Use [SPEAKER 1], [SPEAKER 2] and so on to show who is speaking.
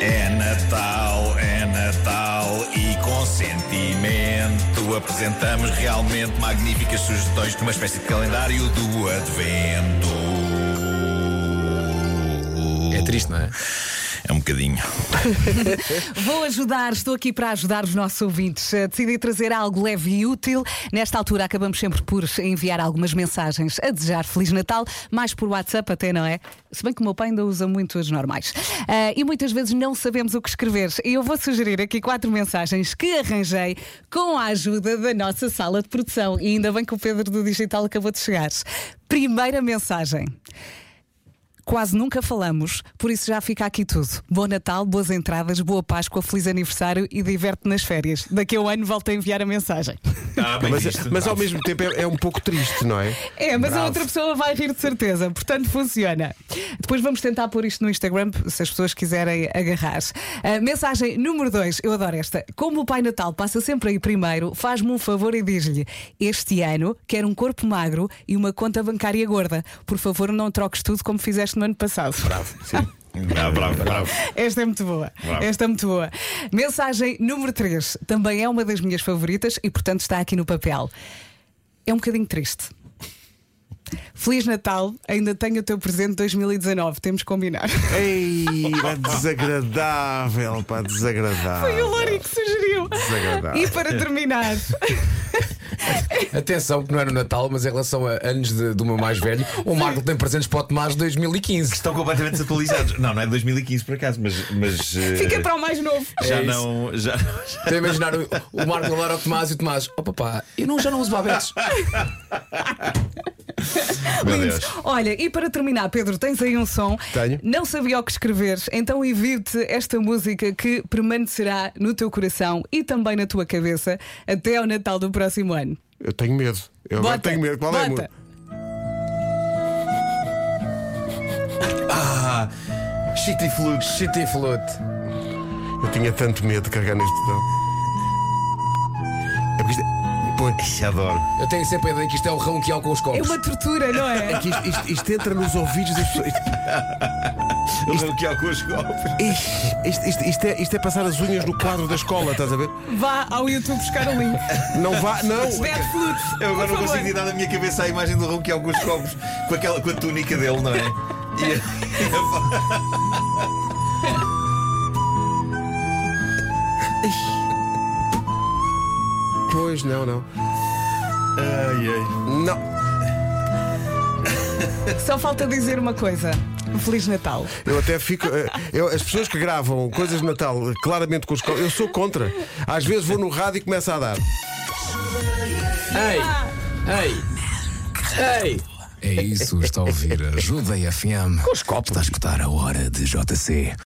[SPEAKER 1] É Natal, é Natal e com sentimento apresentamos realmente magníficas sugestões de uma espécie de calendário do Advento.
[SPEAKER 2] É triste, não é?
[SPEAKER 1] É um bocadinho.
[SPEAKER 3] Vou ajudar, estou aqui para ajudar os nossos ouvintes. Eh, Decidi trazer algo leve e útil. Nesta altura acabamos sempre por enviar algumas mensagens a desejar Feliz Natal, mais por WhatsApp até, não é? Se bem que o meu pai ainda usa muito as normais. Ah, e muitas vezes não sabemos o que escrever. E eu vou sugerir aqui quatro mensagens que arranjei com a ajuda da nossa sala de produção. E ainda bem que o Pedro do Digital acabou de chegar. Primeira mensagem. Quase nunca falamos, por isso já fica aqui tudo. Bom Natal, boas entradas, boa Páscoa, feliz aniversário e diverte nas férias. Daqui a um ano volto a enviar a mensagem.
[SPEAKER 1] Ah, bem
[SPEAKER 4] Mas,
[SPEAKER 1] visto.
[SPEAKER 4] mas ao mesmo tempo é, é um pouco triste, não é?
[SPEAKER 3] É, mas a
[SPEAKER 4] Bravo.
[SPEAKER 3] outra pessoa vai rir de certeza, portanto funciona. Depois vamos tentar pôr isto no Instagram se as pessoas quiserem agarrar. Ah, mensagem número 2, eu adoro esta. Como o Pai Natal passa sempre aí primeiro, faz-me um favor e diz-lhe: Este ano quero um corpo magro e uma conta bancária gorda. Por favor, não troques tudo como fizeste no ano passado.
[SPEAKER 1] Ah, bravo, bravo.
[SPEAKER 3] Esta é muito boa.
[SPEAKER 1] Bravo.
[SPEAKER 3] Esta é muito boa. Mensagem número 3. Também é uma das minhas favoritas e, portanto, está aqui no papel. É um bocadinho triste. Feliz Natal, ainda tenho o teu presente de 2019, temos que combinar.
[SPEAKER 4] Ei, pá, desagradável, pá, desagradável.
[SPEAKER 3] Foi um o Lori que sugeriu.
[SPEAKER 4] Desagradável.
[SPEAKER 3] E para terminar,
[SPEAKER 2] Atenção, que não é no Natal, mas em relação a anos de- do meu mais velho, o Marco tem presentes para o Tomás de 2015.
[SPEAKER 1] Estão completamente desatualizados. Não, não é de 2015 por acaso, mas. mas eh,
[SPEAKER 3] fica para o mais novo.
[SPEAKER 1] Já
[SPEAKER 2] É isso.
[SPEAKER 1] não. Já,
[SPEAKER 2] Estou a imaginar o, o Marco a dar ao Tomás e o Tomás, oh papá, eu não, já não uso babetes.
[SPEAKER 1] Meu
[SPEAKER 3] Lindo.
[SPEAKER 1] Deus.
[SPEAKER 3] Olha, e para terminar, Pedro, tens aí um som.
[SPEAKER 4] Tenho.
[SPEAKER 3] Não sabia o que escrever, então evite esta música que permanecerá no teu coração e também na tua cabeça até ao Natal do próximo ano.
[SPEAKER 4] Eu tenho medo. Eu agora
[SPEAKER 3] Bota,
[SPEAKER 4] tenho medo. Qual é,
[SPEAKER 3] bota.
[SPEAKER 4] amor?
[SPEAKER 2] Shit e flute. Shit e flute.
[SPEAKER 4] Eu tinha tanto medo de carregar neste botão. É porque isto é- pô,
[SPEAKER 1] Ai, Adoro.
[SPEAKER 2] Eu tenho sempre a ideia que isto é o rão que há com os
[SPEAKER 3] É
[SPEAKER 2] copos.
[SPEAKER 3] uma tortura, não
[SPEAKER 4] é
[SPEAKER 3] é?
[SPEAKER 4] que isto, isto- isto entra nos ouvidos das pessoas. Isto,
[SPEAKER 1] Isto... que há com os golpes.
[SPEAKER 4] isto- isto- isto- isto é, isto é passar as unhas no quadro da escola, estás a ver?
[SPEAKER 3] Vá ao YouTube buscar o link.
[SPEAKER 4] Não vá, não.
[SPEAKER 3] Bad Flutes.
[SPEAKER 1] Eu agora não
[SPEAKER 3] por
[SPEAKER 1] consigo
[SPEAKER 3] favor.
[SPEAKER 1] tirar da minha cabeça a imagem do Ron que há alguns copos com, aquela, com a túnica dele, não é? E a-
[SPEAKER 4] Pois, não, não.
[SPEAKER 1] Ai, ai.
[SPEAKER 4] Não.
[SPEAKER 3] Só falta dizer uma coisa. Feliz Natal.
[SPEAKER 4] Eu até fico. eh, eu- as pessoas que gravam coisas de Natal eh, claramente com os copos, eu sou contra. Às vezes vou no rádio e começa a dar. é-
[SPEAKER 2] Ei! Ei! Ei! É isso, está a ouvir. Ajudem a FM. Com os copos. Está a escutar a hora de JC.